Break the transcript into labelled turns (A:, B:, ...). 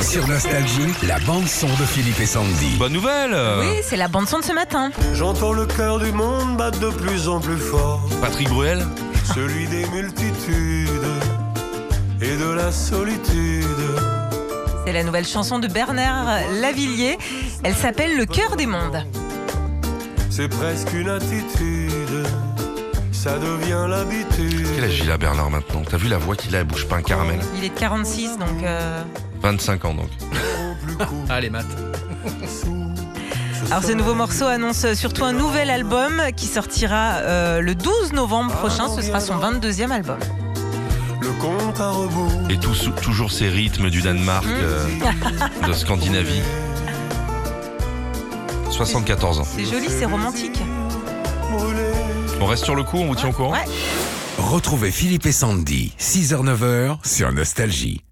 A: Sur Nostalgie, la bande-son de Philippe et Sandy.
B: Bonne nouvelle euh,
C: Oui, c'est la bande son de ce matin.
D: J'entends le cœur du monde battre de plus en plus fort,
B: Patrick Bruel
D: celui des multitudes et de la solitude.
C: C'est la nouvelle chanson de Bernard Lavillier. Elle s'appelle Le cœur des mondes.
D: C'est presque une attitude, ça devient l'habitude.
B: Quel âge il a Bernard maintenant T'as vu la voix qu'il a, elle bouge pas un caramel.
C: Il est de 46, donc euh,
B: 25 ans donc.
D: Allez,
C: Alors ce nouveau morceau annonce surtout un nouvel album qui sortira euh, le 12 novembre prochain. Ce sera son 22e album.
D: Le compte à rebours.
B: Et tous- toujours ces rythmes du
D: Mmh.
C: Mmh.
B: Danemark, euh, de Scandinavie. 74 ans.
C: C'est joli, c'est romantique.
D: Brûlé.
B: On reste sur le coup, on vous tient au courant
C: Ouais.
A: Retrouvez Philippe et Sandy, 6h-9h sur Nostalgie.